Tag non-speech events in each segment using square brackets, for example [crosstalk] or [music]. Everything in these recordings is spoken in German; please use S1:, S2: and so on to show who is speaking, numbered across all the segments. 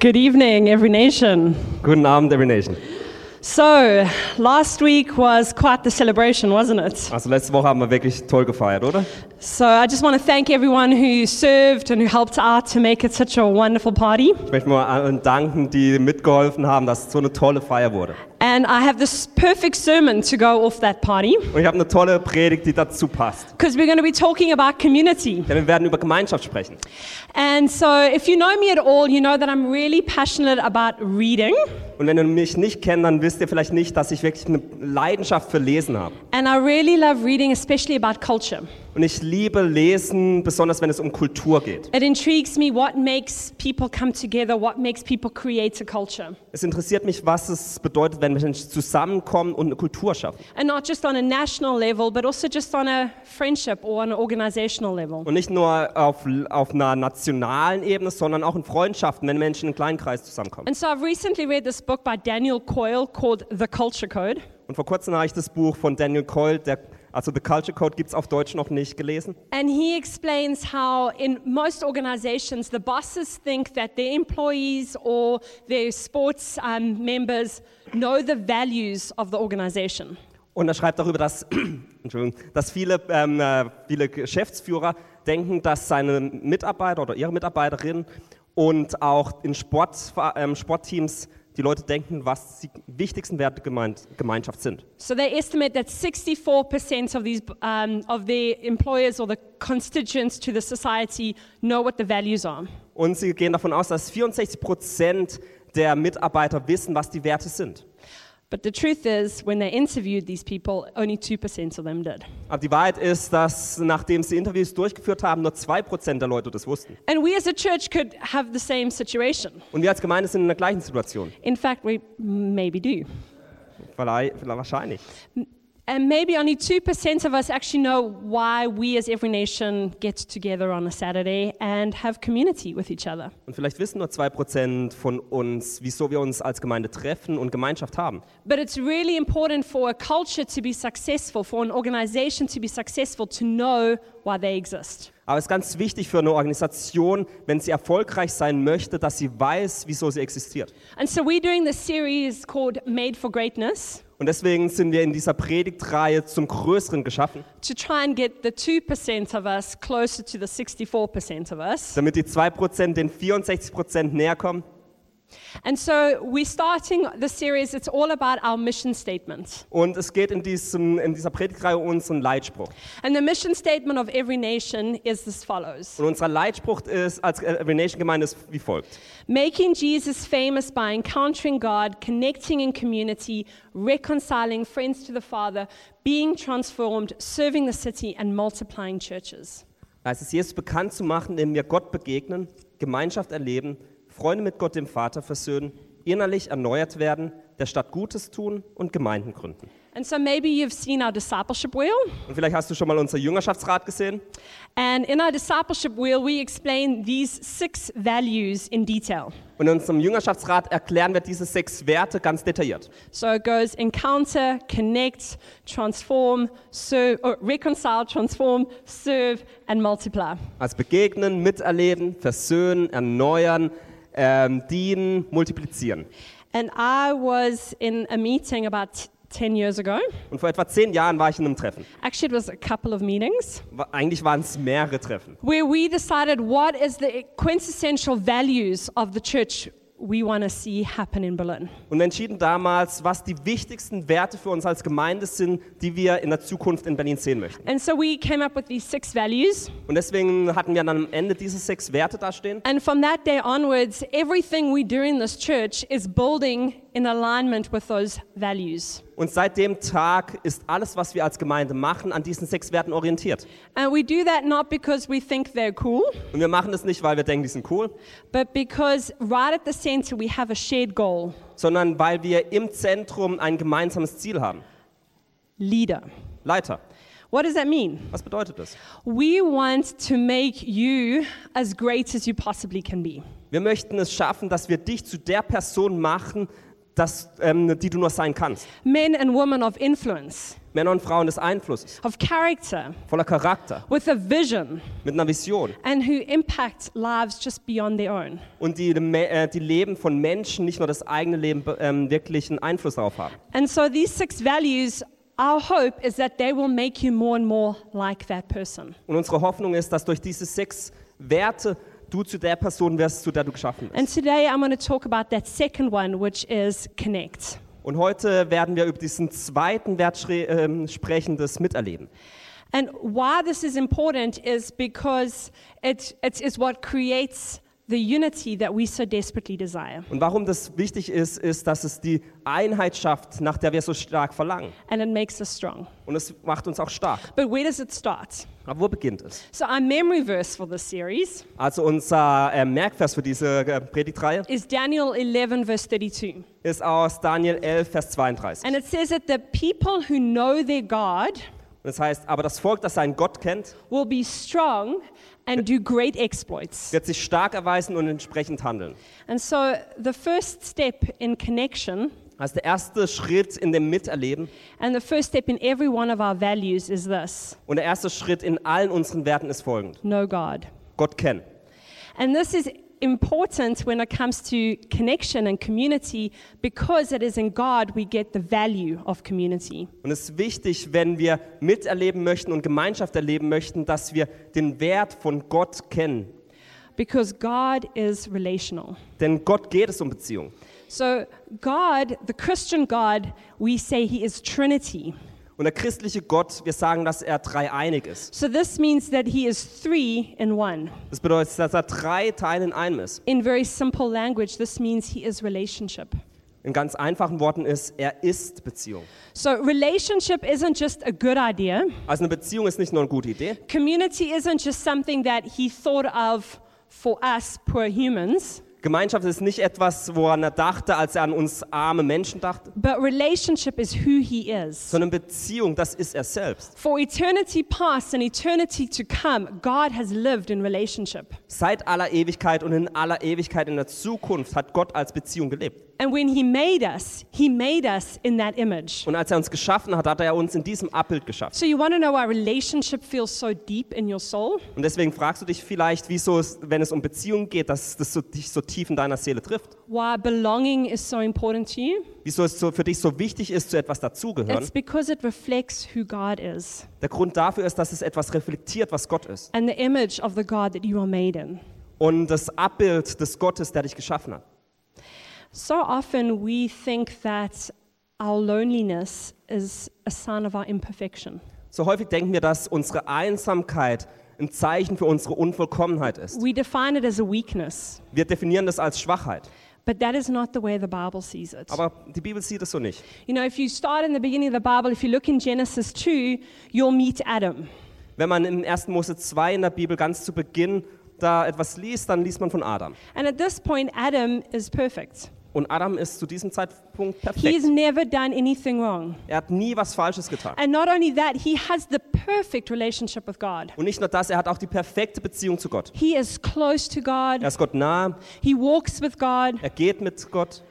S1: Good evening, every nation.
S2: Guten Abend, Every Nation.
S1: So, last week was quite the celebration, wasn't it?
S2: Also letzte Woche haben wir wirklich toll gefeiert, oder?
S1: So, I just want to thank everyone who served and who helped out to make it such a wonderful party.
S2: Ich möchte mal allen danken, die mitgeholfen haben, dass es so eine tolle Feier wurde.
S1: And I have this perfect sermon to go off that party
S2: Und ich habe eine tolle Predigt, die dazu passt.
S1: because we're going to be talking about community.
S2: Denn wir werden über Gemeinschaft sprechen.
S1: And so, if you know me at all, you know that I'm really passionate about reading.
S2: Und wenn ihr mich nicht kennt, dann wisst ihr vielleicht nicht, dass ich wirklich eine Leidenschaft für Lesen habe.
S1: And I really love reading, especially about culture.
S2: Und ich liebe Lesen, besonders wenn es um Kultur geht.
S1: It intrigues me what makes people come together, what makes people create a culture.
S2: Es interessiert mich, was es bedeutet, wenn Menschen zusammenkommen und eine Kultur schaffen.
S1: And not just on a national level, but also just on a friendship or on an organizational level.
S2: Und nicht nur auf, auf einer nationalen Ebene, sondern auch in Freundschaften, wenn Menschen in kleinen Kreis zusammenkommen.
S1: And so I've recently read this book by Daniel Coyle called The Culture Code.
S2: Und vor kurzem habe ich das Buch von Daniel Coyle, der, also The Culture Code, gibt es auf Deutsch noch nicht gelesen.
S1: And he explains how in most organizations, the bosses think that their employees or their sports um, members know the values of the organization.
S2: Und er schreibt darüber, dass, [clears throat] Entschuldigung, dass viele, ähm, äh, viele Geschäftsführer denken, dass seine Mitarbeiter oder ihre Mitarbeiterinnen und auch in Sport, ähm, Sportteams die Leute denken, was die wichtigsten Werte gemeint, Gemeinschaft sind.
S1: So they estimate that 64% of these um, of their employers or the constituents to the society know what the values are.
S2: Und sie gehen davon aus, dass 64 Prozent der Mitarbeiter wissen, was die Werte sind.
S1: But the truth is, when they interviewed these people, only 2% of them did.
S2: Aber die Wahrheit ist, dass nachdem sie Interviews durchgeführt haben, nur 2% der Leute das wussten.
S1: And we as a church could have the same situation.
S2: Und wir als Gemeinde sind in der gleichen Situation.
S1: In fact, we maybe do.
S2: Verlei- verlei- Wahrscheinlich.
S1: And maybe only 2% of us actually know why we as every nation get together on a Saturday and have community with each other.
S2: Und vielleicht wissen nur 2% von uns, wieso wir uns als Gemeinde treffen und Gemeinschaft haben.
S1: But it's really important for a culture to be successful, for an organization to be successful, to know why they exist.
S2: Aber es ist ganz wichtig für eine Organisation, wenn sie erfolgreich sein möchte, dass sie weiß, wieso sie existiert.
S1: And so we're doing this series called Made for Greatness
S2: Und deswegen sind wir in dieser Predigtreihe zum Größeren geschaffen,
S1: to try and get the 2% of us closer to the 64% of us.
S2: damit die 2% den 64% näher kommen.
S1: And so we're starting the series, it's all about our mission statement.
S2: Und es geht in, diesem, in dieser Predigtreihe um unseren Leitspruch.
S1: And the mission statement of every nation is as follows
S2: Und unser Leitspruch ist als Nation Gemeinde ist wie folgt.
S1: Making Jesus famous by encountering God, connecting in community, reconciling friends to the Father, being transformed, serving the city, and multiplying churches.
S2: Es ist Jesus bekannt zu machen, indem wir Gott begegnen, Gemeinschaft erleben, Freunde mit Gott dem Vater versöhnen, innerlich erneuert werden, der Stadt Gutes tun und Gemeinden gründen.
S1: And so maybe you've seen our discipleship wheel.
S2: Und vielleicht hast du schon mal unser Jüngerschaftsrat gesehen.
S1: And in our discipleship wheel, we explain these six values in detail.
S2: Und in unserem Jüngerschaftsrat erklären wir diese sechs Werte ganz detailliert.
S1: So it goes encounter, connect, transform, serve, or reconcile, transform, serve, and multiply.
S2: Also begegnen, miterleben, versöhnen, erneuern, ähm, dienen, multiplizieren.
S1: And I was in a meeting about t- 10 years ago.
S2: Und vor etwa zehn Jahren war ich in einem Treffen.
S1: Actually, it was a couple of meetings
S2: Wa- Eigentlich waren es mehrere Treffen.
S1: where we decided what is the quintessential values of the church we want to see happen in Berlin.
S2: Und wir entschieden damals, was die wichtigsten Werte für uns als Gemeinde sind, die wir in der Zukunft in Berlin sehen möchten.
S1: And so we came up with these six values.
S2: Und deswegen hatten wir dann am Ende diese sechs Werte dastehen.
S1: And from that day onwards, everything we do in this church is building in alignment with those values.
S2: Und seit dem Tag ist alles, was wir als Gemeinde machen, an diesen sechs Werten orientiert.
S1: And we do that not because we think they're cool,
S2: Und wir machen das nicht, weil wir denken, die sind cool,
S1: but because right at the center we have a shared goal
S2: sondern weil wir im Zentrum ein gemeinsames Ziel haben.
S1: leader.
S2: Leiter,
S1: What does that mean?
S2: was bedeutet das?
S1: We want to make you as great as you possibly can be.
S2: Wir möchten es schaffen, dass wir dich zu der Person machen, dass, ähm, die du nur sein kannst.
S1: men and women of influence,
S2: Männer und Frauen des Einflusses,
S1: of character,
S2: voller Charakter,
S1: with a vision,
S2: mit einer Vision
S1: and who impact lives just beyond their own.
S2: und die, äh, die Leben von Menschen, nicht nur das eigene Leben, ähm, wirklich einen Einfluss darauf haben.
S1: And so these six values, our hope is that they will make you more and more like that person.
S2: Und unsere Hoffnung ist, dass durch diese sechs Werte du zu der Person wirst, zu der du geschaffen bist.
S1: And today I'm going to talk about that second one, which is connect.
S2: Und heute werden wir über diesen zweiten Wert schre- ähm, sprechen, das Miterleben.
S1: And why this is important is because it, it is what creates the unity that we so desperately desire.
S2: Und warum das wichtig ist, ist, dass es die Einheit schafft, nach der wir so stark verlangen.
S1: And it makes us strong.
S2: Und es macht uns auch stark.
S1: But where does it start?
S2: Aber wo beginnt es?
S1: So, our memory verse for this series
S2: Also unser äh, Merkvers für diese äh, Predigtreihe
S1: is Daniel 11, verse 32.
S2: ist aus Daniel 11, Vers 32.
S1: And it says that the people who know their God
S2: Das heißt, aber das Volk, das seinen Gott kennt,
S1: will be strong and do great exploits.
S2: wird sich stark erweisen und entsprechend handeln.
S1: And so, the first step in connection
S2: Also der erste Schritt in dem Miterleben
S1: and the first step in every one of our values is this
S2: und der erste Schritt in allen unseren Werten ist folgend.
S1: know God.
S2: Gott kennen.
S1: And this is important when it comes to connection and community because it is in God we get the value of community.
S2: Und es ist wichtig, wenn wir miterleben möchten und Gemeinschaft erleben möchten, dass wir den Wert von Gott kennen.
S1: Because God is relational.
S2: Denn Gott geht es um Beziehung.
S1: So, God, the Christian God, we say He is Trinity.
S2: Und der christliche Gott, wir sagen, dass er dreieinig ist.
S1: So, this means that He is three in one.
S2: Das bedeutet, dass er drei Teile in einem ist.
S1: In very simple language, this means He is relationship.
S2: In ganz einfachen Worten ist, er ist Beziehung.
S1: So, relationship isn't just a good idea,
S2: Also eine Beziehung ist nicht nur eine gute Idee.
S1: community isn't just something that He thought of for us poor humans.
S2: Gemeinschaft ist nicht etwas, woran er dachte, als er an uns arme Menschen dachte,
S1: But relationship is who he is.
S2: sondern Beziehung, das ist er selbst.
S1: For eternity past and eternity to come, God has lived in relationship.
S2: Seit aller Ewigkeit und in aller Ewigkeit in der Zukunft hat Gott als Beziehung gelebt.
S1: And when he made us, he made us in that image.
S2: Und als er uns geschaffen hat, hat er uns in diesem Abbild geschafft.
S1: So you want to know why relationship feels so deep in your soul?
S2: Und deswegen fragst du dich vielleicht, wieso es, wenn es um Beziehungen geht, dass das so, dich so tief in deiner Seele trifft.
S1: Why belonging is so important to you?
S2: Wieso es so, für dich so wichtig ist, zu etwas dazugehören.
S1: It's because it reflects who God is
S2: Der Grund dafür ist, dass es etwas reflektiert, was Gott ist.
S1: and the image of the God that you are made in.
S2: Und das Abbild des Gottes, der dich geschaffen hat.
S1: So often we think that our loneliness is a sign of our imperfection.
S2: So häufig denken wir, dass unsere Einsamkeit ein Zeichen für unsere Unvollkommenheit ist.
S1: We define it as a weakness.
S2: Wir definieren das als Schwachheit.
S1: But that is not the way the Bible sees it.
S2: Aber die Bibel sieht es so nicht.
S1: You know, if you start in the beginning of the Bible, if you look in Genesis 2, you'll meet Adam.
S2: Wenn man im 1. Mose 2 in der Bibel ganz zu Beginn da etwas liest, dann liest man von Adam.
S1: And at this point, Adam is perfect.
S2: Und Adam ist zu diesem Zeitpunkt
S1: He's
S2: perfekt.
S1: never done anything wrong.
S2: Er hat nie was Falsches getan.
S1: And not only that, he has the perfect relationship with God.
S2: Und nicht nur das, er hat auch die perfekte Beziehung zu Gott.
S1: He is close to
S2: Er
S1: God,
S2: ist Gott nah,
S1: he walks with God,
S2: er geht mit Gott.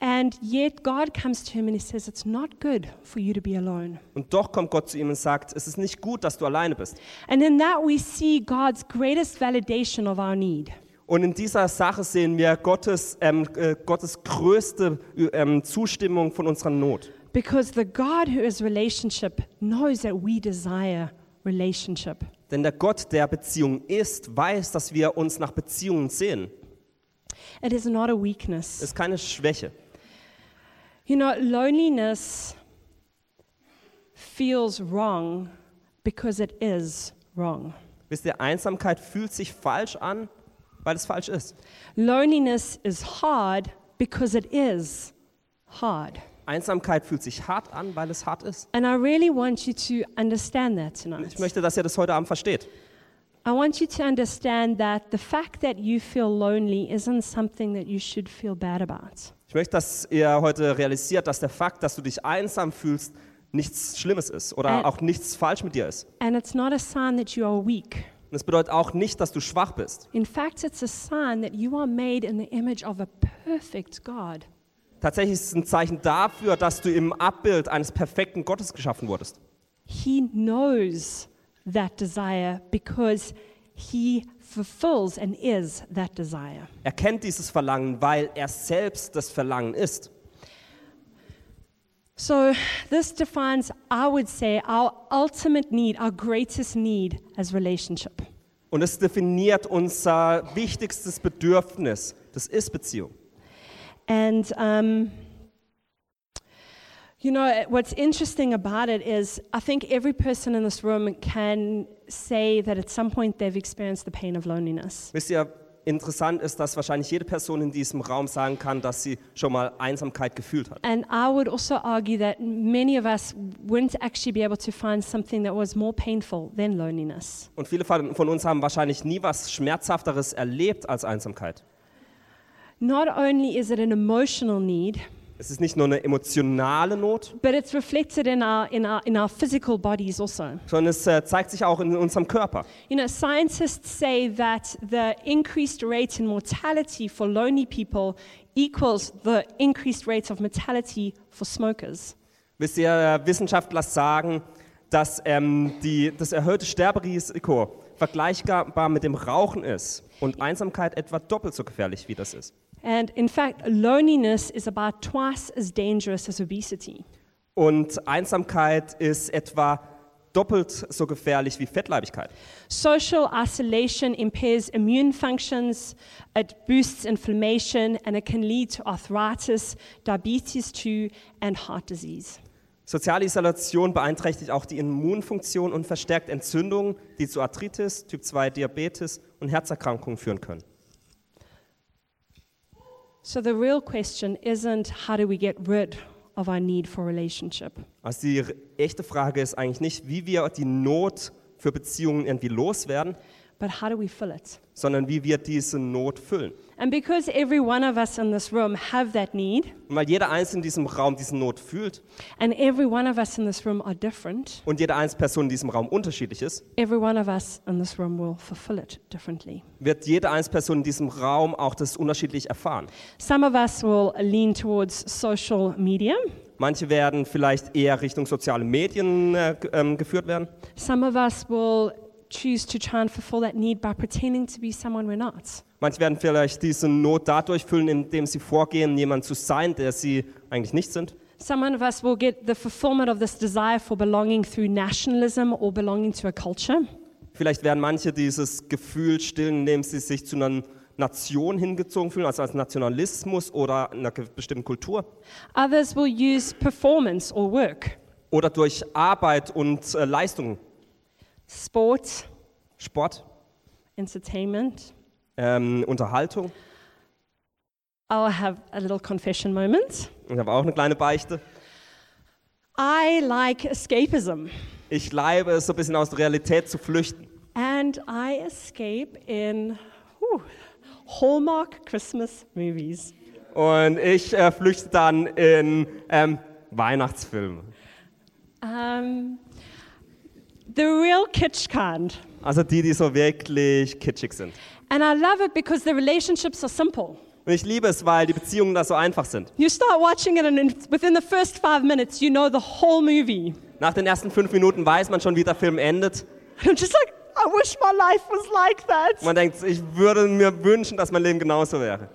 S1: and yet God comes to him and he says, It's not good for you to be alone.
S2: Und doch kommt Gott zu ihm und sagt, es ist nicht gut, dass du alleine bist.
S1: And in that, we see God's greatest validation of our need.
S2: Und in dieser Sache sehen wir Gottes, ähm, äh, Gottes größte äh, ähm, Zustimmung von unserer Not.
S1: Because the God who is relationship knows that we desire relationship.
S2: Denn der Gott, der Beziehung ist, weiß, dass wir uns nach Beziehungen sehen.
S1: It is not a weakness.
S2: Das ist keine Schwäche.
S1: You know, loneliness feels wrong because it is wrong.
S2: Wisst ihr, Einsamkeit fühlt sich falsch an, weil es falsch ist.
S1: Loneliness is hard because it is hard.
S2: Einsamkeit fühlt sich hart an, weil es hart ist.
S1: And I really want you to understand that
S2: Ich
S1: tonight.
S2: möchte, dass ihr das heute Abend versteht.
S1: I want you to understand that the fact that you feel lonely isn't something that you should feel bad about.
S2: Ich möchte, dass ihr heute realisiert, dass der Fakt, dass du dich einsam fühlst, nichts Schlimmes ist oder
S1: Äh.
S2: auch nichts falsch mit dir ist.
S1: And it's not a sign that you are weak.
S2: Und das bedeutet auch nicht, dass du schwach bist.
S1: In fact, it's a sign that you are made in the image of a perfect God.
S2: Tatsächlich ist es ein Zeichen dafür, dass du im Abbild eines perfekten Gottes geschaffen wurdest.
S1: He knows that desire because he fulfills and is that desire.
S2: Er kennt dieses Verlangen, weil er selbst das Verlangen ist.
S1: So, this defines, I would say, our ultimate need, our greatest need as relationship.
S2: Und es definiert unser wichtigstes Bedürfnis. Das ist Beziehung.
S1: And, um, you know, what's interesting about it is I think every person in this room can say that at some point they've experienced the pain of loneliness.
S2: Wisst ihr, interessant ist, dass wahrscheinlich jede Person in diesem Raum sagen kann, dass sie schon mal Einsamkeit gefühlt hat.
S1: And I would also argue that many of us wouldn't actually be able to find something that was more painful than loneliness.
S2: Und viele von von uns haben wahrscheinlich nie was Schmerzhafteres erlebt als Einsamkeit.
S1: Not only is it an emotional need,
S2: Es ist nicht nur eine emotionale Not,
S1: but it's reflected in our, in our, in our physical bodies also.
S2: sondern es äh, zeigt sich auch in unserem Körper.
S1: You know, scientists say that the increased rate in mortality for lonely people equals the increased rate of mortality for smokers.
S2: Wisst ihr, äh, Wissenschaftler sagen, dass ähm, die, das erhöhte Sterberisiko vergleichbar mit dem Rauchen ist und Einsamkeit etwa doppelt so gefährlich wie das ist.
S1: And in fact, loneliness is about twice as dangerous as obesity.
S2: Und Einsamkeit ist etwa doppelt so gefährlich wie Fettleibigkeit.
S1: Social isolation impairs immune functions, it boosts inflammation, and it can lead to arthritis, diabetes 2, and heart disease.
S2: Soziale Isolation beeinträchtigt auch die Immunfunktion und verstärkt Entzündungen, die zu Arthritis, Typ 2 Diabetes und Herzerkrankungen führen können.
S1: So the real question isn't how do we get rid of our need for relationship?
S2: Also die r- echte Frage ist eigentlich nicht, wie wir die Not für Beziehungen irgendwie loswerden,
S1: but how do we fill it?
S2: sondern wie wir diese Not füllen.
S1: And because every one of us in this room have that need,
S2: Und weil jeder Einzelne in diesem Raum diese Not fühlt
S1: and every one of us in this room are different,
S2: und jede einzelne Person in diesem Raum unterschiedlich ist,
S1: every one of us in this room will fulfill it differently.
S2: wird jede einzelne Person in diesem Raum auch das unterschiedlich erfahren.
S1: Some of us will lean towards social media.
S2: Manche werden vielleicht eher Richtung soziale Medien äh, g- ähm, geführt werden.
S1: Some of us will choose to try and fulfill that need by pretending to be someone we're not.
S2: Manche werden vielleicht diese Not dadurch füllen, indem sie vorgehen, jemand zu sein, der sie eigentlich nicht sind.
S1: Some of us will get the fulfillment of this desire for belonging through nationalism or belonging to a culture.
S2: Vielleicht werden manche dieses Gefühl stillen, indem sie sich zu einer Nation hingezogen fühlen, also als Nationalismus oder einer ge- bestimmten Kultur.
S1: Others will use performance or work,
S2: Oder durch Arbeit und äh, Leistung,
S1: sport,
S2: Sport,
S1: entertainment.
S2: ähm, Unterhaltung.
S1: I'll have a little confession moment.
S2: Ich habe auch eine kleine Beichte.
S1: I like escapism,
S2: Ich leibe es, so ein bisschen aus der Realität zu flüchten.
S1: and I escape in whew, Hallmark Christmas movies.
S2: Und ich äh, flüchte dann in ähm, Weihnachtsfilme.
S1: Um, the real kitsch kind.
S2: Also die, die so wirklich kitschig sind.
S1: And I love it because the relationships are simple.
S2: Und ich liebe es, weil die Beziehungen da so einfach sind.
S1: You start watching it, and in, within the first five minutes, you know the whole movie. [laughs]
S2: Nach den ersten fünf Minuten weiß man schon, wie der Film endet.
S1: I'm just like, I wish my life was like that.
S2: Man denkt, ich würde mir wünschen, dass mein Leben genauso wäre.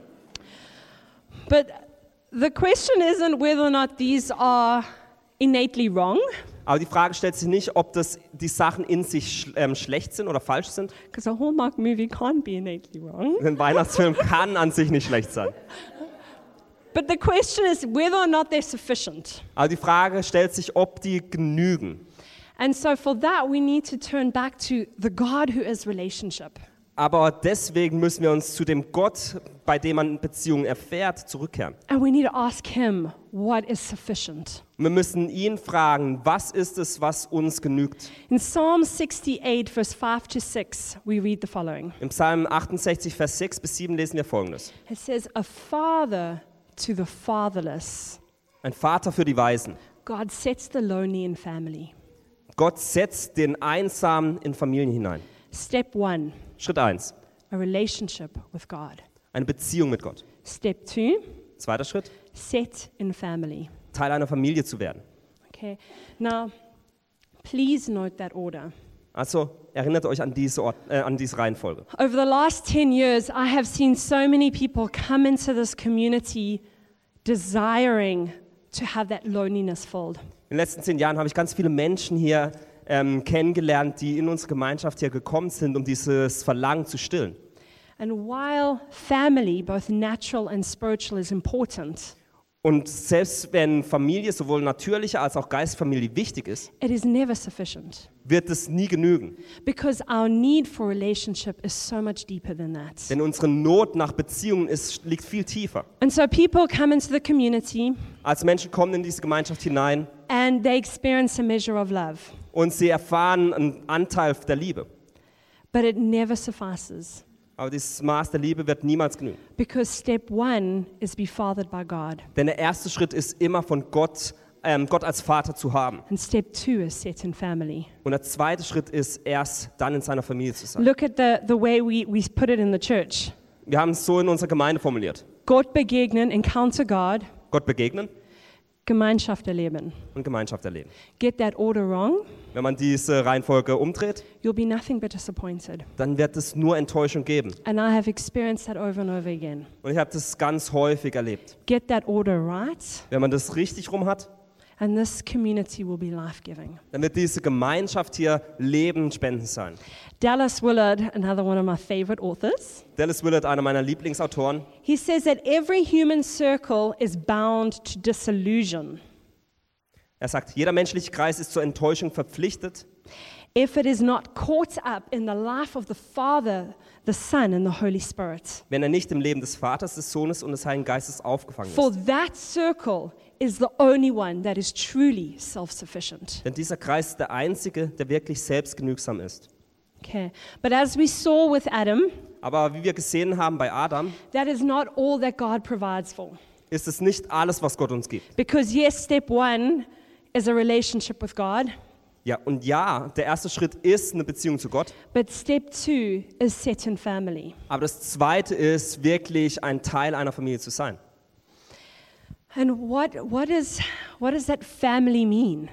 S1: But the question isn't whether or not these are innately wrong,
S2: Aber die Frage stellt sich nicht, ob das die Sachen in sich sch ähm, schlecht sind oder falsch sind.
S1: because a Hallmark movie can't be innately wrong.
S2: Ein Weihnachtsfilm kann an sich nicht schlecht sein.
S1: But the question is whether or not they're sufficient.
S2: Aber die Frage stellt sich, ob die genügen.
S1: And so for that, we need to turn back to the God who is relationship.
S2: Aber deswegen müssen wir uns zu dem Gott, bei dem man Beziehungen erfährt, zurückkehren.
S1: And we need to ask Him what is sufficient.
S2: Und wir müssen ihn fragen, was ist es, was uns genügt?
S1: In Psalm 68, verse 5 to 6, we read the following
S2: Im Psalm 68, Vers 6 bis 7 lesen wir folgendes.
S1: It says, A father to the fatherless,
S2: Ein Vater für die Weisen.
S1: God sets the lonely in family.
S2: Gott setzt den Einsamen in Familien hinein.
S1: Step one,
S2: Schritt 1.
S1: a relationship with God.
S2: Eine Beziehung mit Gott.
S1: Step two,
S2: Zweiter Schritt,
S1: set in family.
S2: Teil einer Familie zu werden.
S1: Okay, now please note that order.
S2: Also erinnert euch an diese, Ort, äh, an diese Reihenfolge.
S1: Over the last 10 years, I have seen so many people come into this community desiring to have that loneliness filled.
S2: In den letzten zehn Jahren habe ich ganz viele Menschen hier ähm, kennengelernt, die in unsere Gemeinschaft hier gekommen sind, um dieses Verlangen zu stillen.
S1: And while family, both natural and spiritual, is important,
S2: Und selbst wenn Familie, sowohl natürliche als auch Geistfamilie, wichtig ist,
S1: it is never sufficient
S2: wird es nie genügen.
S1: because our need for relationship is so much deeper than that.
S2: Denn unsere Not nach Beziehungen ist, liegt viel tiefer.
S1: And so people come into the community
S2: Als Menschen kommen in diese Gemeinschaft hinein
S1: and they experience a measure of love,
S2: und sie erfahren einen Anteil der Liebe.
S1: but it never suffices
S2: Aber dieses Maß der Liebe wird niemals genügen.
S1: because step one is be fathered by God,
S2: Denn der erste Schritt ist immer von Gott, ähm, Gott als Vater zu haben.
S1: and step two is set in family.
S2: Und der zweite Schritt ist erst dann in seiner Familie zu sein.
S1: Look at the, the way we, we put it in the church
S2: Wir haben es so in unserer Gemeinde formuliert.
S1: Gott begegnen, encounter God,
S2: Gott begegnen
S1: Gemeinschaft erleben.
S2: und Gemeinschaft erleben.
S1: Get that order wrong,
S2: Wenn man diese Reihenfolge umdreht,
S1: you'll be nothing but disappointed.
S2: dann wird es nur Enttäuschung geben.
S1: And I have experienced that over and over again.
S2: Und ich habe das ganz häufig erlebt.
S1: Get that order right,
S2: Wenn man das richtig rum hat,
S1: and this community will be life giving.
S2: dann wird diese Gemeinschaft hier Leben spenden sein.
S1: Dallas Willard, another one of my favorite authors,
S2: Dallas Willard, einer meiner Lieblingsautoren,
S1: he says that every human circle is bound to disillusion
S2: er sagt, jeder menschliche Kreis ist zur Enttäuschung verpflichtet,
S1: if it is not caught up in the life of the Father, the Son, and the Holy Spirit.
S2: wenn er nicht im Leben des Vaters, des Sohnes und des Heiligen Geistes aufgefangen
S1: For
S2: ist.
S1: that circle is the only one that is truly self sufficient.
S2: Denn dieser Kreis ist der einzige, der wirklich selbstgenügsam ist.
S1: Okay, but as we saw with Adam,
S2: Aber wie wir gesehen haben bei Adam,
S1: that is not all that God provides for.
S2: ist es nicht alles, was Gott uns gibt.
S1: Because, yes, step one is a relationship with God,
S2: Ja, und ja, der erste Schritt ist eine Beziehung zu Gott,
S1: but step two is set in family.
S2: aber das zweite ist wirklich ein Teil einer Familie zu sein.
S1: And what, what, is, what does that family mean?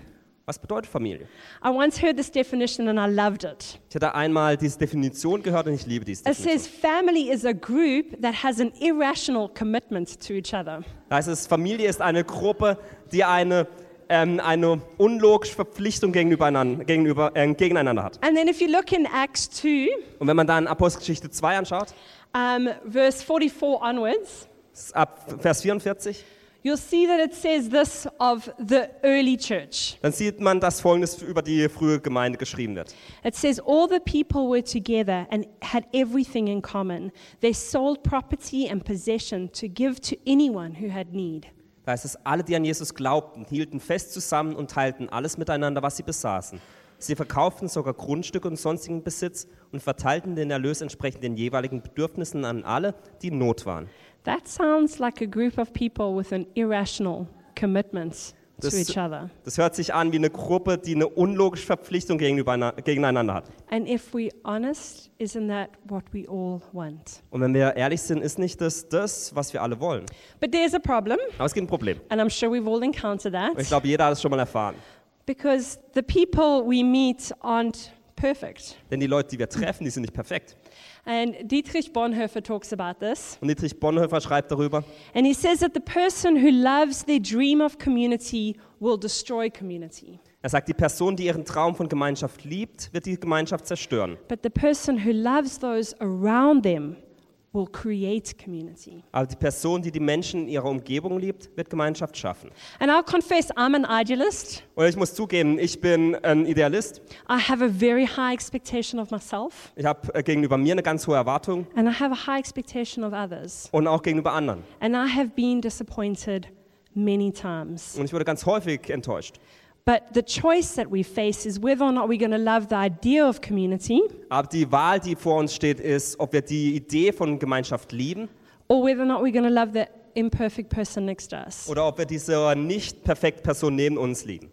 S2: Was bedeutet Familie?
S1: I once heard this definition and I loved it.
S2: Ich hatte einmal diese Definition gehört und ich liebe diese
S1: It
S2: Definition.
S1: says family is a group that has an irrational commitment to each other.
S2: Da heißt es, Familie ist eine Gruppe, die eine, ähm, eine unlogische Verpflichtung gegenüber, einander- gegenüber, äh, gegeneinander hat.
S1: And then if you look in Acts 2,
S2: Und wenn man dann Apostelgeschichte 2 anschaut,
S1: um, verse 44 onwards,
S2: s- ab Vers 44,
S1: you'll see that it says this of the early church.
S2: dann sieht man, dass Folgendes über die frühe Gemeinde geschrieben wird.
S1: It says, All the people were together and had everything in common. They sold property and possession to give to anyone who had need.
S2: Da heißt es, alle, die an Jesus glaubten, hielten fest zusammen und teilten alles miteinander, was sie besaßen. Sie verkauften sogar Grundstücke und sonstigen Besitz und verteilten den Erlös entsprechend den jeweiligen Bedürfnissen an alle, die in Not waren.
S1: That sounds like a group of people with an irrational commitment to
S2: This-
S1: each other.
S2: Das hört sich an wie eine Gruppe, die eine unlogische Verpflichtung gegenüber- gegeneinander hat.
S1: And if we're honest, isn't that what we all want?
S2: Und wenn wir ehrlich sind, ist nicht das das, was wir alle wollen.
S1: But there's a problem,
S2: Aber es gibt ein Problem.
S1: and I'm sure we've all encountered
S2: Und ich
S1: that,
S2: glaube, jeder hat es schon mal erfahren.
S1: because the people we meet aren't perfect.
S2: Denn die Leute, die wir treffen, die sind nicht perfekt.
S1: And Dietrich Bonhoeffer talks about this.
S2: Und Dietrich Bonhoeffer schreibt darüber,
S1: And he says that the person who loves their dream of community will destroy community.
S2: er sagt, die Person, die ihren Traum von Gemeinschaft liebt, wird die Gemeinschaft zerstören.
S1: But the person who loves those around them will create community.
S2: Aber die Person, die die Menschen in ihrer Umgebung liebt, wird Gemeinschaft schaffen.
S1: And I'll confess, I'm an idealist.
S2: Und ich muss zugeben, ich bin ein Idealist.
S1: I have a very high expectation of myself,
S2: Ich habe äh, gegenüber mir eine ganz hohe Erwartung
S1: and I have a high expectation of others.
S2: und auch gegenüber anderen.
S1: And I have been disappointed many times.
S2: Und ich wurde ganz häufig enttäuscht.
S1: But the choice that we face is whether or not we're going to love the idea of community
S2: Aber die Wahl, die vor uns steht, ist, ob wir die Idee von Gemeinschaft lieben
S1: or whether or not we're going to love the imperfect person next to us.
S2: oder ob wir diese nicht perfekte Person neben uns lieben.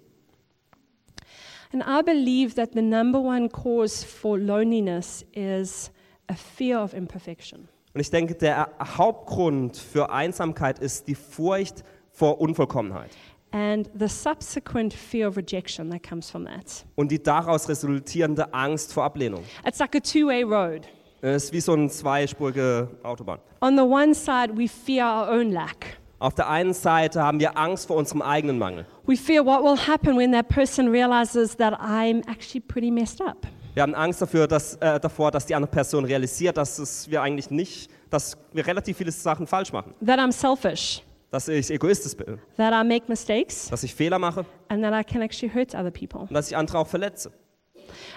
S1: And I believe that the number one cause for loneliness is a fear of imperfection.
S2: Und ich denke, der Hauptgrund für Einsamkeit ist die Furcht vor Unvollkommenheit
S1: and the subsequent fear of rejection that comes from that.
S2: und die daraus resultierende Angst vor Ablehnung.
S1: It's like a two way road.
S2: Es ist wie so eine zweispurige Autobahn.
S1: On the one side, we fear our own lack.
S2: Auf der einen Seite haben wir Angst vor unserem eigenen Mangel.
S1: We fear what will happen when that person realizes that I'm actually pretty messed up.
S2: Wir haben Angst dafür, dass, äh, davor, dass die andere Person realisiert, dass es wir eigentlich nicht, dass wir relativ viele Sachen falsch machen,
S1: that I'm selfish,
S2: dass ich egoistisch bin,
S1: that I make mistakes,
S2: dass ich Fehler mache
S1: and that I can actually hurt other people.
S2: und dass ich andere auch verletze.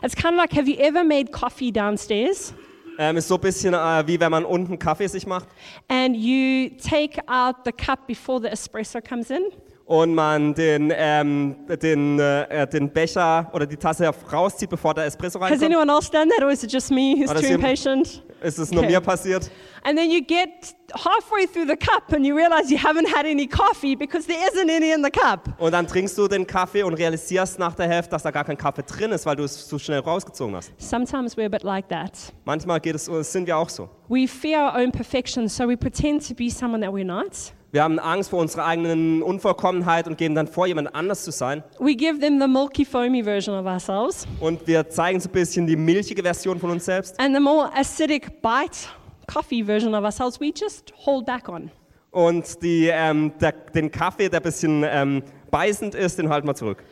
S1: It's kind of like have you ever made coffee downstairs
S2: Ähm, ist so ein bisschen äh, wie wenn man unten Kaffee sich macht
S1: and you take out the cup before the espresso comes in?
S2: und man den, ähm, den, äh, äh, den Becher oder die Tasse rauszieht, bevor der Espresso
S1: Has
S2: reinkommt.
S1: anyone else done that or is it just me who's
S2: Oh, that's
S1: too
S2: him.
S1: impatient?
S2: Ist es nur
S1: Okay.
S2: mir passiert?
S1: And then you get halfway through the cup and you realize you haven't had any coffee because there isn't any in the cup.
S2: Und dann trinkst du den Kaffee und realisierst nach der Hälfte, dass da gar kein Kaffee drin ist, weil du es zu schnell rausgezogen hast.
S1: Sometimes we're a bit like that.
S2: Manchmal geht es, sind wir auch so.
S1: We fear our own perfection, so we pretend to be someone that we're not.
S2: Wir haben Angst vor unserer eigenen Unvollkommenheit und geben dann vor, jemand anders zu sein.
S1: We give them the milky, foamy version of ourselves.
S2: Und wir zeigen so ein bisschen die milchige Version von uns selbst.
S1: And the more acidic bite coffee version of ourselves, we just hold back on.
S2: Und die, ähm, der, den Kaffee, der ein bisschen ähm, beißend ist, den halten wir zurück.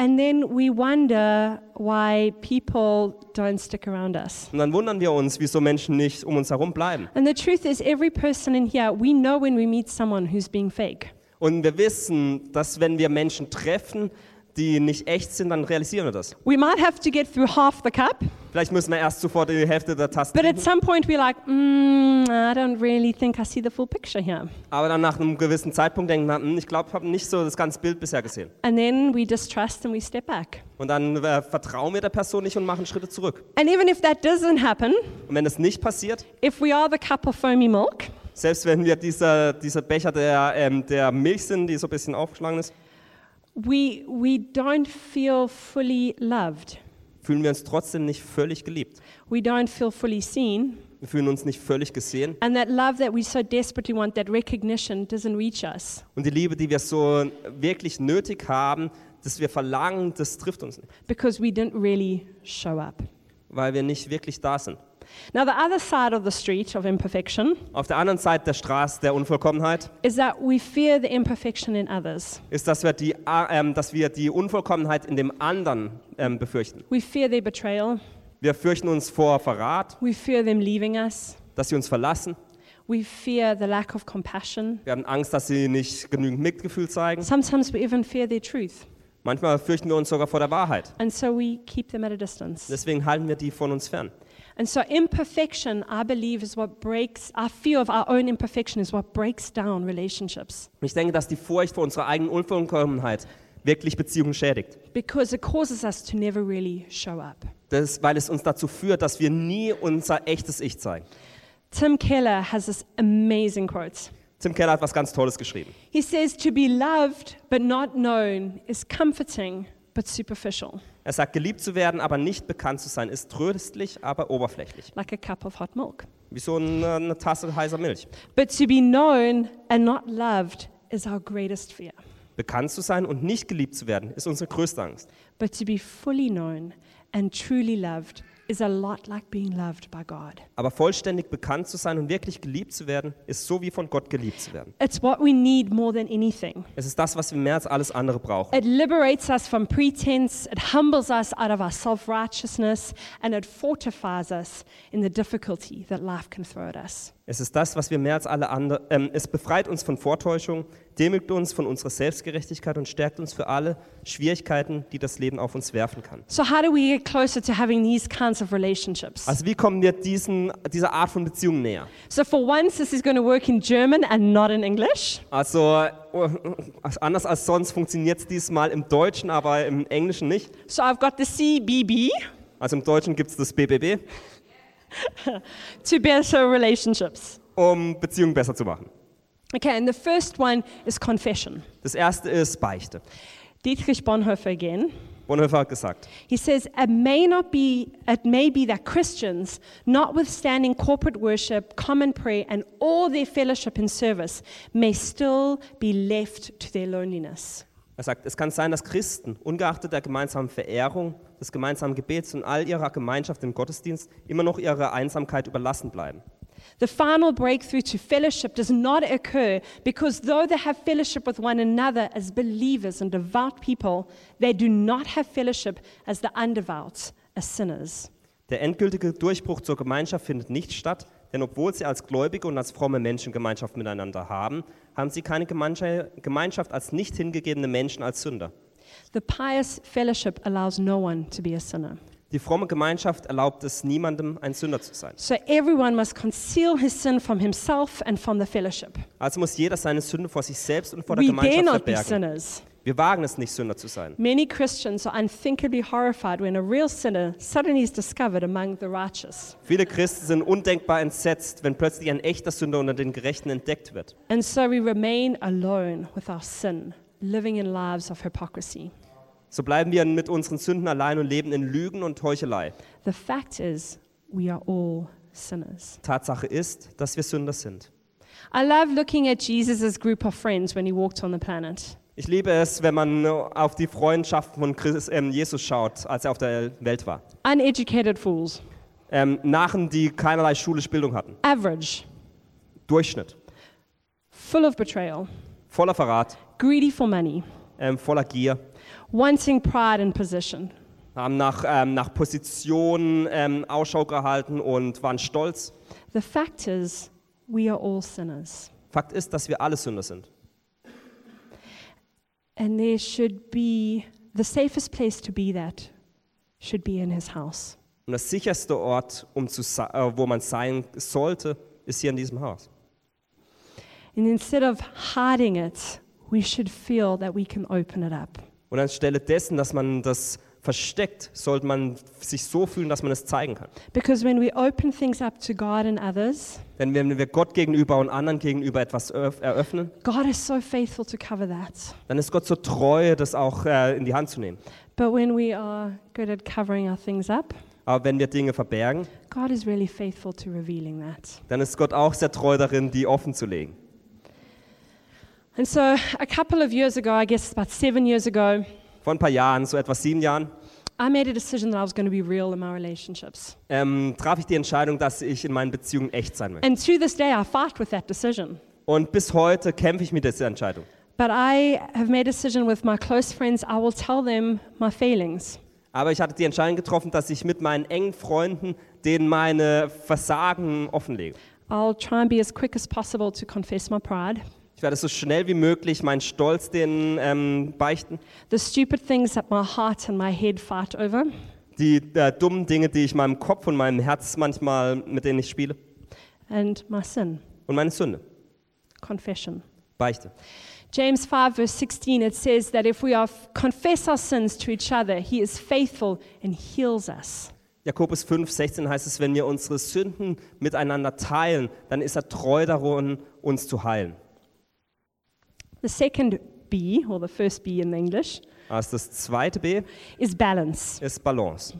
S1: And then we wonder why people don't stick around us.
S2: Und dann wundern wir uns, wieso Menschen nicht um uns herum bleiben.
S1: And the truth is, every person in here, we know when we meet someone who's being fake.
S2: Und wir wissen, dass wenn wir Menschen treffen, die nicht echt sind, dann realisieren wir das.
S1: We might have to get through half the cup,
S2: Vielleicht müssen wir erst zuvor die Hälfte der Tasse
S1: but at some point we're like, mm, I don't really think I see the full picture here.
S2: Aber dann nach einem gewissen Zeitpunkt denken, na, hm, ich glaube, ich habe nicht so das ganze Bild bisher gesehen.
S1: And then we distrust and we step back.
S2: Und dann äh, vertrauen wir der Person nicht und machen Schritte zurück.
S1: And even if that doesn't happen,
S2: Und wenn das nicht passiert,
S1: if we are the cup of foamy milk,
S2: selbst wenn wir dieser, dieser Becher der, ähm, der Milch sind, die so ein bisschen aufgeschlagen ist,
S1: we, we don't feel fully loved.
S2: fühlen wir uns trotzdem nicht völlig geliebt.
S1: we don't feel fully seen,
S2: Wir fühlen uns nicht völlig gesehen.
S1: and that love that we so desperately want, that recognition, doesn't reach us.
S2: Und die Liebe, die wir so wirklich nötig haben, dass wir verlangen, das trifft uns nicht,
S1: because we didn't really show up.
S2: weil wir nicht wirklich da sind.
S1: Now, the other side of the street of imperfection
S2: Auf der anderen Seite der Straße der Unvollkommenheit
S1: is that we fear the imperfection in others.
S2: ist, dass wir die, A- ähm, dass wir die Unvollkommenheit in dem anderen ähm, befürchten.
S1: We fear their betrayal.
S2: Wir fürchten uns vor Verrat,
S1: We fear them leaving us.
S2: dass sie uns verlassen.
S1: We fear the lack of compassion.
S2: Wir haben Angst, dass sie nicht genügend Mitgefühl zeigen.
S1: Sometimes we even fear their truth,
S2: Manchmal fürchten wir uns sogar vor der Wahrheit.
S1: and so we keep them at a distance.
S2: Deswegen halten wir die von uns fern.
S1: And so, imperfection, I believe, is what breaks our fear of our own imperfection, is what breaks down relationships.
S2: Und ich denke, dass die Furcht vor unserer eigenen Unvollkommenheit wirklich Beziehungen schädigt.
S1: because it causes us to never really show up.
S2: Das, weil es uns dazu führt, dass wir nie unser echtes Ich zeigen.
S1: Tim Keller has this amazing quote.
S2: Tim Keller hat was ganz Tolles geschrieben.
S1: He says, To be loved but not known is comforting but superficial,
S2: Er sagt, geliebt zu werden, aber nicht bekannt zu sein, ist tröstlich, aber oberflächlich.
S1: like a cup of hot milk.
S2: Wie so eine, eine Tasse heißer Milch.
S1: But to be known and not loved is our greatest fear.
S2: Bekannt zu sein und nicht geliebt zu werden, ist unsere größte Angst.
S1: But to be fully known and truly loved is a lot like being loved by God.
S2: Aber vollständig bekannt zu sein und wirklich geliebt zu werden, ist so wie von Gott geliebt zu werden.
S1: It's what we need more than anything.
S2: Es ist das, was wir mehr als alles andere brauchen.
S1: It liberates us from pretense, it humbles us out of our self righteousness, and it fortifies us in the difficulty that life can throw at us.
S2: Es ist das, was wir mehr als alle andere. Ähm, es befreit uns von Vortäuschung, demütigt uns von unserer Selbstgerechtigkeit und stärkt uns für alle Schwierigkeiten, die das Leben auf uns werfen kann.
S1: So, how do we get closer to having these kinds of relationships?
S2: Also wie kommen wir diesen, dieser Art von Beziehung näher?
S1: So, for once, this is going to work in German and not in English.
S2: Also äh, anders als sonst funktioniert es diesmal im Deutschen, aber im Englischen nicht.
S1: So, I've got the CBB
S2: Also im Deutschen gibt es das BBB,
S1: to better relationships.
S2: um Beziehungen besser zu machen.
S1: Okay, and the first one is confession.
S2: Das erste ist Beichte.
S1: Dietrich Bonhoeffer again.
S2: Bonhoeffer hat gesagt.
S1: He says, it may not be, it may be that Christians, notwithstanding corporate worship, common prayer, and all their fellowship and service, may still be left to their loneliness.
S2: Er sagt, es kann sein, dass Christen, ungeachtet der gemeinsamen Verehrung, des gemeinsamen Gebets und all ihrer Gemeinschaft im Gottesdienst, immer noch ihrer Einsamkeit überlassen bleiben.
S1: The final breakthrough to fellowship does not occur because though they have fellowship with one another as believers and devout people, they do not have fellowship as the undevout, as sinners.
S2: Der endgültige Durchbruch zur Gemeinschaft findet nicht statt, denn obwohl sie als Gläubige und als fromme Menschen Gemeinschaft miteinander haben, haben sie keine Gemeinscha- Gemeinschaft als nicht hingegebene Menschen als Sünder.
S1: The pious fellowship allows no one to be a sinner.
S2: Die fromme Gemeinschaft erlaubt es niemandem, ein Sünder zu sein.
S1: So everyone must conceal his sin from himself and from the fellowship.
S2: Also muss jeder seine Sünde vor sich selbst und vor der
S1: We dare
S2: Gemeinschaft
S1: not be
S2: verbergen.
S1: sinners.
S2: Wir wagen es nicht, Sünder zu sein.
S1: Many Christians are unthinkably horrified when a real sinner suddenly is discovered among the righteous.
S2: Viele Christen sind undenkbar entsetzt, wenn plötzlich ein echter Sünder unter den Gerechten entdeckt wird.
S1: And so we remain alone with our sin, living in lives of hypocrisy.
S2: So bleiben wir mit unseren Sünden allein und leben in Lügen und Heuchelei.
S1: The fact is, we are all sinners.
S2: Tatsache ist, dass wir Sünder sind.
S1: I love looking at Jesus' group of friends when he walked on the planet.
S2: Ich liebe es, wenn man auf die Freundschaften von Christ, ähm, Jesus schaut, als er auf der Welt war.
S1: Uneducated fools,
S2: Ähm, Narren, die keinerlei schulische Bildung hatten.
S1: average,
S2: Durchschnitt.
S1: full of betrayal,
S2: Voller Verrat,
S1: greedy for money,
S2: ähm, voller Gier,
S1: wanting pride and position,
S2: haben nach, ähm, nach Positionen ähm, Ausschau gehalten und waren stolz.
S1: The fact is, we are all sinners,
S2: Fakt ist, dass wir alle Sünder sind.
S1: and there should be the safest place to be that should be in his house.
S2: Und das sicherste Ort, um zu, se- äh, wo man sein sollte, ist hier in diesem Haus.
S1: And instead of hiding it, we should feel that we can open it up.
S2: Und anstelle dessen, dass man das versteckt, sollte man sich so fühlen, dass man es zeigen kann.
S1: Because when we open things up to God and others,
S2: Denn wenn wir Gott gegenüber und anderen gegenüber etwas öff- eröffnen,
S1: God is so faithful to cover that.
S2: dann ist Gott so treu, das auch äh, in die Hand zu nehmen.
S1: But when we are good at covering our things up,
S2: Aber wenn wir Dinge verbergen,
S1: God is really faithful to revealing that.
S2: dann ist Gott auch sehr treu darin, die offen zu legen.
S1: And so, a couple of years ago, I guess about seven years ago,
S2: Vor ein paar Jahren, so etwa sieben Jahren,
S1: I made a decision that I was going to be real in my relationships.
S2: ähm, traf ich die Entscheidung, dass ich in meinen Beziehungen echt sein möchte.
S1: And to this day, I fight with that decision.
S2: Und bis heute kämpfe ich mit dieser Entscheidung.
S1: But I have made a decision with my close friends. I will tell them my failings.
S2: Aber ich hatte die Entscheidung getroffen, dass ich mit meinen engen Freunden denen meine Versagen offenlege.
S1: I'll try and be as quick as possible to confess my pride,
S2: Ich werde so schnell wie möglich meinen Stolz denen ähm, beichten.
S1: the stupid things that my heart and my head fight over,
S2: Die äh, dummen Dinge, die ich meinem Kopf und meinem Herz manchmal, mit denen ich spiele.
S1: and my sin,
S2: Und meine Sünde,
S1: confession.
S2: Beichte.
S1: James 5, verse 16, it says that if we are, confess our sins to each other, he is faithful and heals us.
S2: Jakobus 5, 16 heißt es, wenn wir unsere Sünden miteinander teilen, dann ist er treu darin, uns zu heilen.
S1: The second B, or the first B in English,
S2: Also das zweite B
S1: is balance.
S2: ist Balance.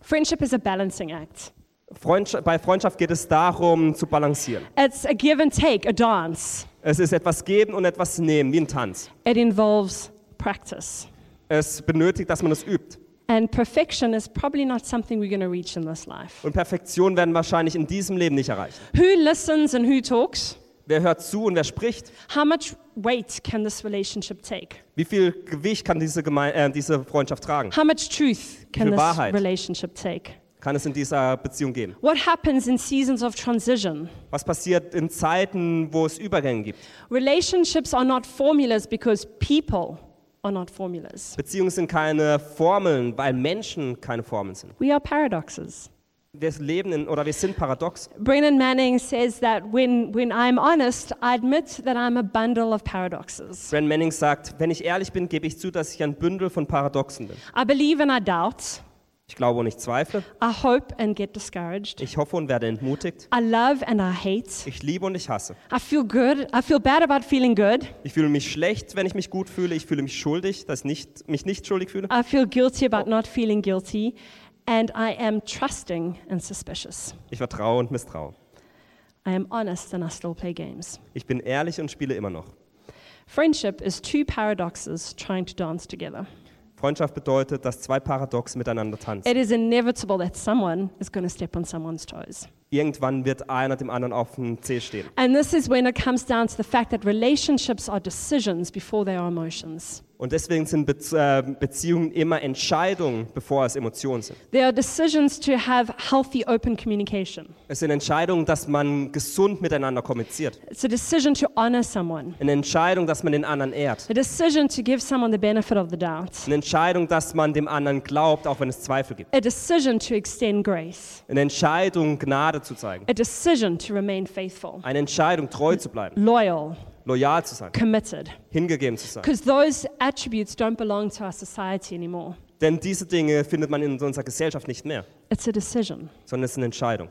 S1: Friendship is a balancing act.
S2: Freundschaft, bei Freundschaft geht es darum, zu balancieren.
S1: It's a give and take, a dance.
S2: Es ist etwas geben und etwas nehmen, wie ein Tanz.
S1: It involves practice.
S2: Es benötigt, dass man es übt.
S1: And perfection is probably not something we're going to reach in this life.
S2: Und Perfektion werden wahrscheinlich in diesem Leben nicht erreicht.
S1: Who listens and who talks?
S2: Wer hört zu und wer spricht?
S1: How much weight can this relationship take?
S2: Wie viel Gewicht kann diese, Geme äh, diese Freundschaft tragen?
S1: How much truth can
S2: Viel
S1: this
S2: Wahrheit.
S1: relationship take?
S2: Kann es in dieser Beziehung geben?
S1: What happens in seasons of transition?
S2: Was passiert in Zeiten, wo es Übergänge gibt?
S1: Relationships are not formulas because people are not formulas.
S2: Beziehungen sind keine Formeln, weil Menschen keine Formeln sind.
S1: We are paradoxes.
S2: Wir leben in, oder wir sind paradox.
S1: Brennan Manning says that when, when I'm honest, I admit that I'm a bundle of paradoxes.
S2: Brand Manning sagt, wenn ich ehrlich bin, gebe ich zu, dass ich ein Bündel von Paradoxen bin.
S1: I believe and I doubt.
S2: Ich Ich glaube und ich zweifle.
S1: I hope and get discouraged.
S2: Ich hoffe und werde entmutigt.
S1: I love and I hate.
S2: Ich liebe und ich hasse.
S1: I feel good. I feel bad about feeling good.
S2: Ich fühle mich schlecht, wenn ich mich gut fühle. Ich fühle mich schuldig, dass ich nicht, mich nicht schuldig fühle.
S1: I feel guilty about not feeling guilty. And I am trusting and suspicious.
S2: Ich vertraue und misstraue.
S1: I am honest and I still play games.
S2: Ich bin ehrlich und spiele immer noch.
S1: Friendship is two paradoxes trying to dance together.
S2: Freundschaft bedeutet, dass zwei Paradox miteinander tanzen.
S1: It is inevitable that someone is going to step on someone's toes.
S2: Irgendwann wird einer dem anderen auf dem Zeh stehen.
S1: And this is when it comes down to the fact that relationships are decisions before they are emotions.
S2: Und deswegen sind Bez äh, Beziehungen immer Entscheidungen, bevor es Emotionen sind.
S1: They are decisions to have healthy, open communication.
S2: Es sind Entscheidungen, dass man gesund miteinander kommuniziert.
S1: It's a decision to honor someone,
S2: Eine Entscheidung, dass man den anderen ehrt.
S1: a decision to give someone the benefit of the doubt,
S2: Eine Entscheidung, dass man dem anderen glaubt, auch wenn es Zweifel gibt.
S1: a decision to extend grace,
S2: Eine Entscheidung, Gnade zu zeigen.
S1: a decision to remain faithful,
S2: Eine Entscheidung, treu zu bleiben,
S1: loyal,
S2: loyal zu sein,
S1: committed.
S2: hingegeben zu sein.
S1: Because those attributes don't belong to our society anymore.
S2: Denn diese Dinge findet man in unserer Gesellschaft nicht mehr,
S1: It's a decision.
S2: sondern es ist eine Entscheidung.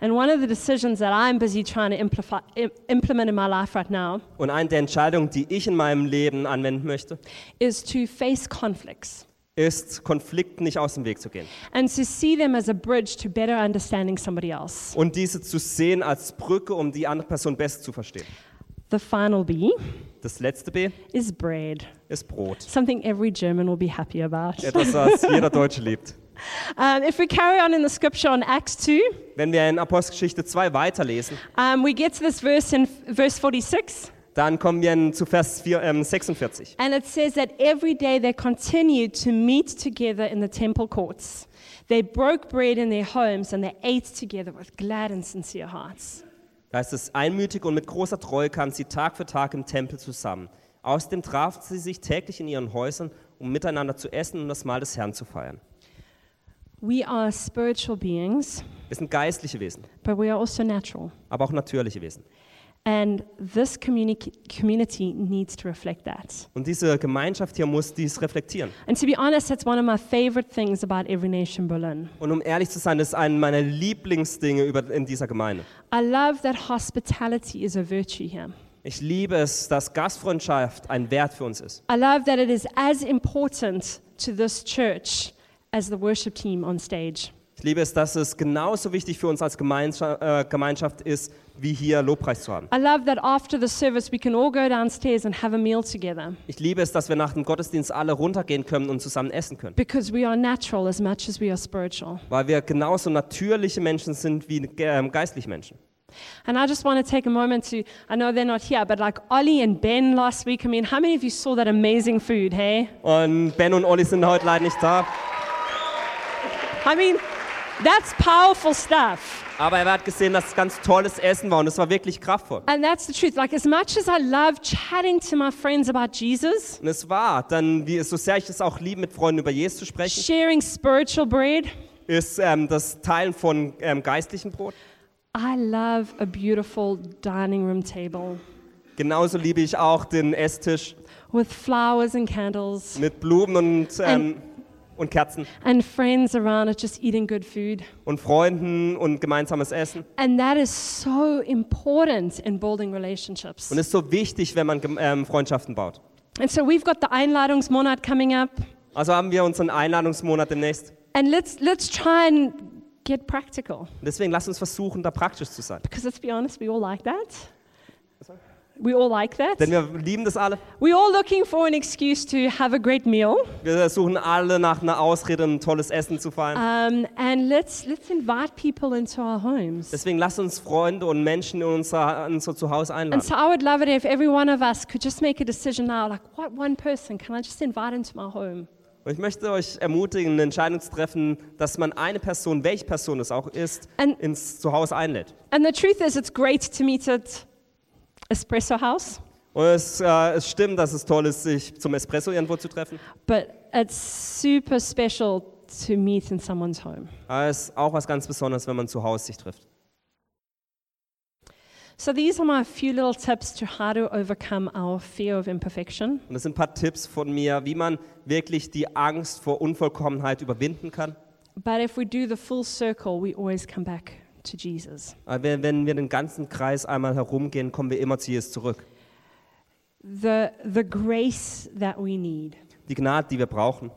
S1: And one of the decisions that I'm busy trying to implify, im- implement in my life right now
S2: Und eine der Entscheidungen, die ich in meinem Leben anwenden möchte,
S1: is to face conflicts
S2: ist, Konflikten nicht aus dem Weg zu gehen.
S1: and to see them as a bridge to better understanding somebody else.
S2: Und diese zu sehen als Brücke, um die andere Person besser zu verstehen.
S1: The final B
S2: Das letzte B
S1: is bread,
S2: ist Brot.
S1: something every German will be happy about.
S2: Etwas, was jeder Deutsche liebt.
S1: Um, if we carry on in the scripture on Acts 2,
S2: Wenn wir in Apostelgeschichte 2 weiterlesen,
S1: um, we get to this verse in f- verse 46,
S2: dann kommen wir in, zu Vers 4, ähm, 46.
S1: and it says that every day they continued to meet together in the temple courts. They broke bread in their homes and they ate together with glad and sincere hearts.
S2: Da heißt es, einmütig und mit großer Treue kamen sie Tag für Tag im Tempel zusammen. Außerdem trafen sie sich täglich in ihren Häusern, um miteinander zu essen und das Mahl des Herrn zu feiern.
S1: We are spiritual beings,
S2: Wir sind geistliche Wesen,
S1: but we are also natural.
S2: aber auch natürliche Wesen.
S1: And this communi- community needs to reflect that.
S2: Und diese Gemeinschaft hier muss dies reflektieren.
S1: And to be honest, that's one of my favorite things about Every Nation Berlin.
S2: Und um ehrlich zu sein, das ist eine meiner Lieblingsdinge über, in dieser Gemeinde.
S1: I love that hospitality is a virtue here.
S2: Ich liebe es, dass Gastfreundschaft ein Wert für uns ist.
S1: I love that it is as important to this church as the worship team on stage.
S2: Ich liebe es, dass es genauso wichtig für uns als Gemeinschaft, äh, Gemeinschaft ist, wie hier Lobpreis zu haben.
S1: I love that after the service, we can all go downstairs and have a meal together
S2: Ich liebe es, dass wir nach dem Gottesdienst alle runtergehen können und zusammen essen können,
S1: because we are natural as much as we are spiritual.
S2: weil wir genauso natürliche Menschen sind wie ähm, geistliche Menschen.
S1: And I just want to take a moment to, I know they're not here, but like Ollie and Ben last week, I mean, how many of you saw that amazing food, hey?
S2: Und Ben und Olli sind heute leider nicht da,
S1: I mean, that's powerful stuff.
S2: aber er hat gesehen, dass es ganz tolles Essen war und es war wirklich kraftvoll.
S1: And that's the truth. Like, as much as I love chatting to my friends about Jesus,
S2: Und es war, dann, wie, so sehr ich es auch liebe, mit Freunden über Jesus zu sprechen,
S1: sharing spiritual bread,
S2: ist ähm, das Teilen von ähm, geistlichem Brot.
S1: I love a beautiful dining room table
S2: Genauso liebe ich auch den Esstisch
S1: with flowers and candles
S2: mit Blumen und, ähm, und Kerzen
S1: and friends around it just eating good food.
S2: und Freunden und gemeinsames Essen.
S1: And that is so important in building relationships.
S2: Und es ist so wichtig, wenn man Gem- ähm, Freundschaften baut.
S1: And so we've got the Einladungsmonat coming up.
S2: Also haben wir unseren Einladungsmonat demnächst.
S1: And let's let's try and get practical
S2: Und deswegen lasst uns versuchen, da praktisch zu sein.
S1: because let's be honest, we all like that. We all like that.
S2: Denn wir lieben das alle.
S1: We're all looking for an excuse to have a great meal.
S2: Wir suchen alle nach einer Ausrede, um tolles Essen zu feiern.
S1: Um, and let's let's invite people into our homes.
S2: Deswegen lasst uns Freunde und Menschen in unser, in unser Zuhause
S1: And
S2: einladen.
S1: so I would love it if every one of us could just make a decision now, like what one person can I just invite into my home?
S2: Und ich möchte euch ermutigen, eine Entscheidung zu treffen, dass man eine Person, welche Person es auch ist,
S1: And-
S2: ins Zuhause einlädt.
S1: And the truth is, it's great to meet at Espresso House,
S2: Und es, äh, es stimmt, dass es toll ist, sich zum Espresso irgendwo zu treffen.
S1: but it's super special to meet in someone's home.
S2: Aber es ist auch was ganz Besonderes, wenn man zu Hause sich trifft.
S1: So these are my few little tips to how to overcome our fear of imperfection.
S2: Und das sind ein paar Tipps von mir, wie man wirklich die Angst vor Unvollkommenheit überwinden kann.
S1: But if we do the full circle, we always come back to Jesus.
S2: Aber Wenn, wenn wir den ganzen Kreis einmal herumgehen, kommen wir immer zu Jesus zurück.
S1: The, the grace that we need,
S2: Die Gnade, die wir brauchen,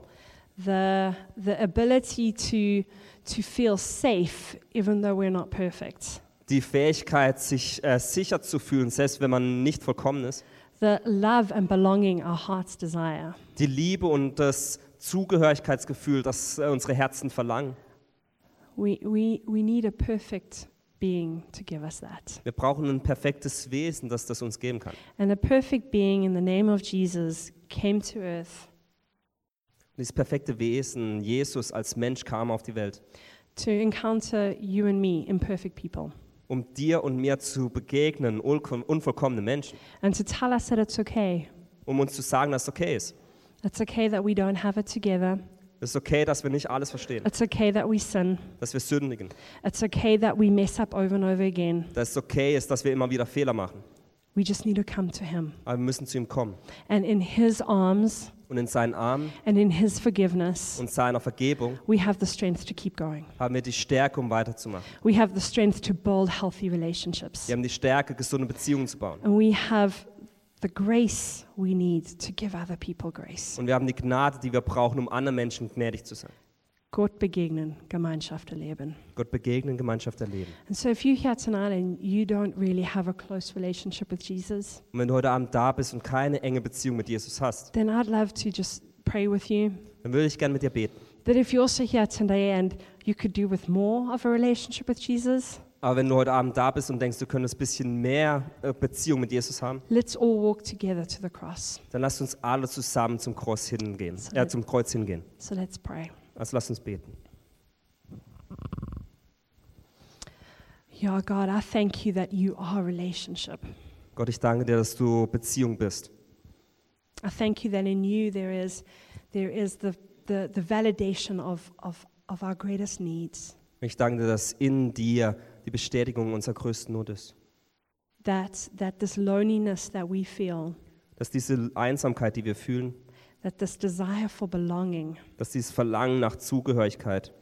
S1: the, the ability to, to feel safe even though we're not perfect,
S2: die Fähigkeit, sich äh, sicher zu fühlen, selbst wenn man nicht vollkommen ist,
S1: the love and belonging our hearts desire.
S2: die Liebe und das Zugehörigkeitsgefühl, das äh, unsere Herzen verlangen.
S1: We, we, we need a perfect being to give us that.
S2: Wir brauchen ein perfektes Wesen, das das uns geben kann.
S1: And the perfect being in the name of Jesus came to earth
S2: Und dieses perfekte Wesen, Jesus als Mensch kam auf die Welt,
S1: to encounter you and me, imperfect people,
S2: um dir und mir zu begegnen, unvoll- unvollkommene Menschen,
S1: and to tell us that it's okay.
S2: um uns zu sagen, dass es okay ist.
S1: It's okay that we don't have it together.
S2: Es ist okay, dass wir nicht alles verstehen,
S1: It's okay that we sin.
S2: dass wir sündigen,
S1: It's okay that we mess up over and over again.
S2: dass es okay ist, dass wir immer wieder Fehler machen.
S1: We just need to come to Him.
S2: Aber wir müssen zu ihm kommen
S1: And in His arms
S2: und in seinen Armen
S1: and in His forgiveness,
S2: und seiner Vergebung
S1: we have the strength to keep going.
S2: haben wir die Stärke, um weiterzumachen.
S1: We have the strength to build healthy relationships.
S2: Wir haben die Stärke, gesunde Beziehungen zu bauen.
S1: And we have the grace we need to give other people grace.
S2: Und wir haben die Gnade, die wir brauchen, um anderen Menschen gnädig zu sein.
S1: Gott begegnen, Gemeinschaft erleben.
S2: Gott begegnen, Gemeinschaft erleben.
S1: And so if you're here tonight and you don't really have a close relationship with Jesus,
S2: Und wenn du heute Abend da bist und keine enge Beziehung mit Jesus hast,
S1: then I'd love to just pray with you.
S2: dann würde ich gerne mit dir beten.
S1: That if you're also here today and you could do with more of a relationship with Jesus,
S2: Aber wenn du heute Abend da bist und denkst, du könntest ein bisschen mehr äh, Beziehung mit Jesus haben,
S1: let's all walk together to the cross.
S2: dann lasst uns alle zusammen zum Kreuz hingehen. Äh, zum Kreuz hingehen.
S1: So let's pray.
S2: Also lasst uns beten.
S1: Yeah, God, I thank you that you are relationship.
S2: Gott, ich danke dir, dass du Beziehung bist.
S1: I thank you that in you there is, there is the, the, the validation of, of, of our greatest needs.
S2: Ich danke dir, dass in dir die Bestätigung unserer größten Not ist.
S1: That, that this loneliness that we feel,
S2: Dass diese Einsamkeit, die wir fühlen,
S1: that this desire for belonging,
S2: dass dieses Verlangen nach Zugehörigkeit,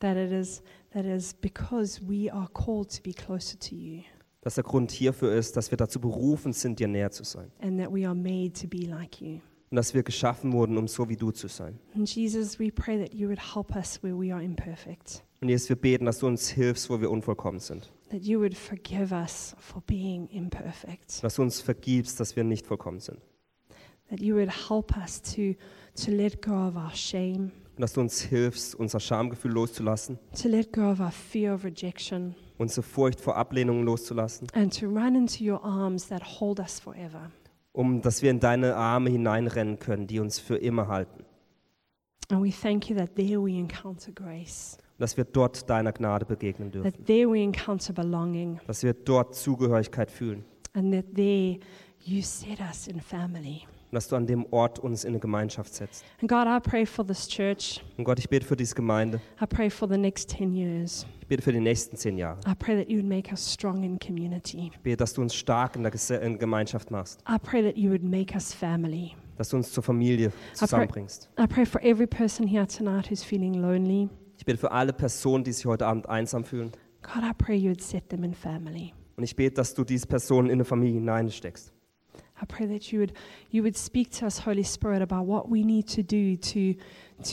S1: that it is, that is because we are called to be closer to you
S2: dass der Grund hierfür ist, dass wir dazu berufen sind, dir näher zu sein.
S1: and that we are made to be like you.
S2: Und dass wir geschaffen wurden, um so wie du zu sein.
S1: And Jesus, we pray that you would help us where we are imperfect,
S2: Und Jesus, wir beten, dass du uns hilfst, wo wir unvollkommen sind.
S1: that you would forgive us for being imperfect,
S2: Dass du uns vergibst, dass wir nicht vollkommen sind.
S1: that you would help us to, to let go of our shame,
S2: Und dass du uns hilfst, unser Schamgefühl loszulassen,
S1: to let go of our fear of rejection,
S2: unsere Furcht vor Ablehnung loszulassen,
S1: and to run into your arms that hold us forever.
S2: um dass wir in deine Arme hineinrennen können, die uns für immer halten.
S1: And we thank you that there we encounter grace,
S2: Und dass wir dort deiner Gnade begegnen dürfen.
S1: that there we encounter belonging,
S2: Dass wir dort Zugehörigkeit fühlen.
S1: and that there you set us in family.
S2: Und dass du an dem Ort uns in eine Gemeinschaft setzt.
S1: And God, I pray for this church.
S2: Und Gott, ich bete für diese Gemeinde.
S1: I pray for the next 10 years.
S2: Ich bete für die nächsten zehn Jahre.
S1: I pray that you would make us strong in community.
S2: Ich bete, dass du uns stark in der Gese- in der Gemeinschaft machst.
S1: I pray that you would make us family.
S2: Dass du uns zur Familie zusammenbringst.
S1: I pray for every person here tonight who's feeling lonely.
S2: Ich bete für alle Personen, die sich heute Abend einsam fühlen.
S1: God, I pray you would set them in family.
S2: Und ich bete, dass du diese Personen in eine Familie hineinsteckst.
S1: I pray that you would you would speak to us, Holy Spirit, about what we need to do to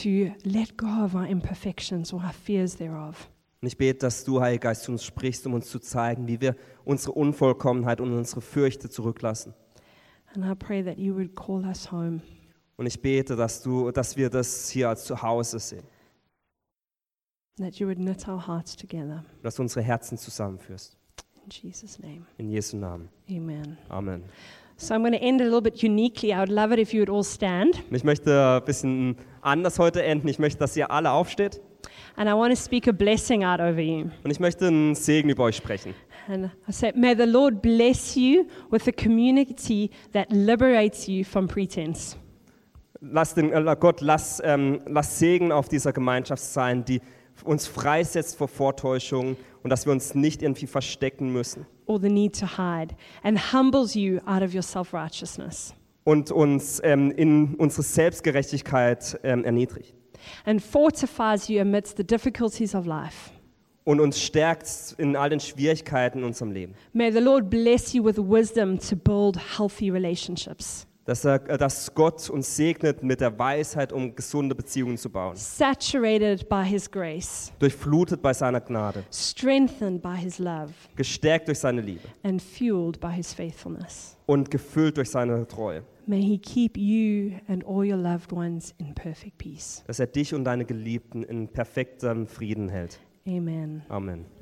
S1: to let go of our imperfections or our fears thereof.
S2: Und ich bete, dass du, Heiliger Geist, zu uns sprichst, um uns zu zeigen, wie wir unsere Unvollkommenheit und unsere Fürchte zurücklassen.
S1: And I pray that you would call us home.
S2: Und ich bete, dass, du, dass wir das hier als Zuhause sehen.
S1: That you would knit our hearts together.
S2: Dass du unsere Herzen zusammenführst.
S1: In Jesus' name.
S2: In Jesu Namen.
S1: Amen.
S2: Amen.
S1: So I'm going to end a little bit uniquely. I would love it if you would all stand.
S2: Und ich möchte ein bisschen anders heute enden. Ich möchte, dass ihr alle aufsteht.
S1: And I want to speak a blessing out over you.
S2: Und ich möchte einen Segen über euch sprechen.
S1: And I say, May the Lord bless you with a community that liberates you from pretense.
S2: Lass den, äh, Gott, lass, ähm, lass Segen auf dieser Gemeinschaft sein, die uns freisetzt vor Vortäuschungen und dass wir uns nicht irgendwie verstecken müssen
S1: or the need to hide and humbles you out of your self righteousness.
S2: und uns ähm, in unsere Selbstgerechtigkeit ähm, erniedrigt.
S1: and fortifies you amidst the difficulties of life.
S2: und uns stärkt in all den Schwierigkeiten in unserem Leben.
S1: May the Lord bless you with wisdom to build healthy relationships.
S2: Dass, er, äh, dass Gott uns segnet mit der Weisheit, um gesunde Beziehungen zu bauen.
S1: Saturated by His grace,
S2: Durchflutet bei seiner Gnade,
S1: strengthened by His love,
S2: gestärkt durch seine Liebe
S1: and fueled by His faithfulness.
S2: und gefüllt durch seine Treue.
S1: May He keep you and all your loved ones in perfect peace.
S2: Dass er dich und deine Geliebten in perfektem Frieden hält.
S1: Amen.
S2: Amen.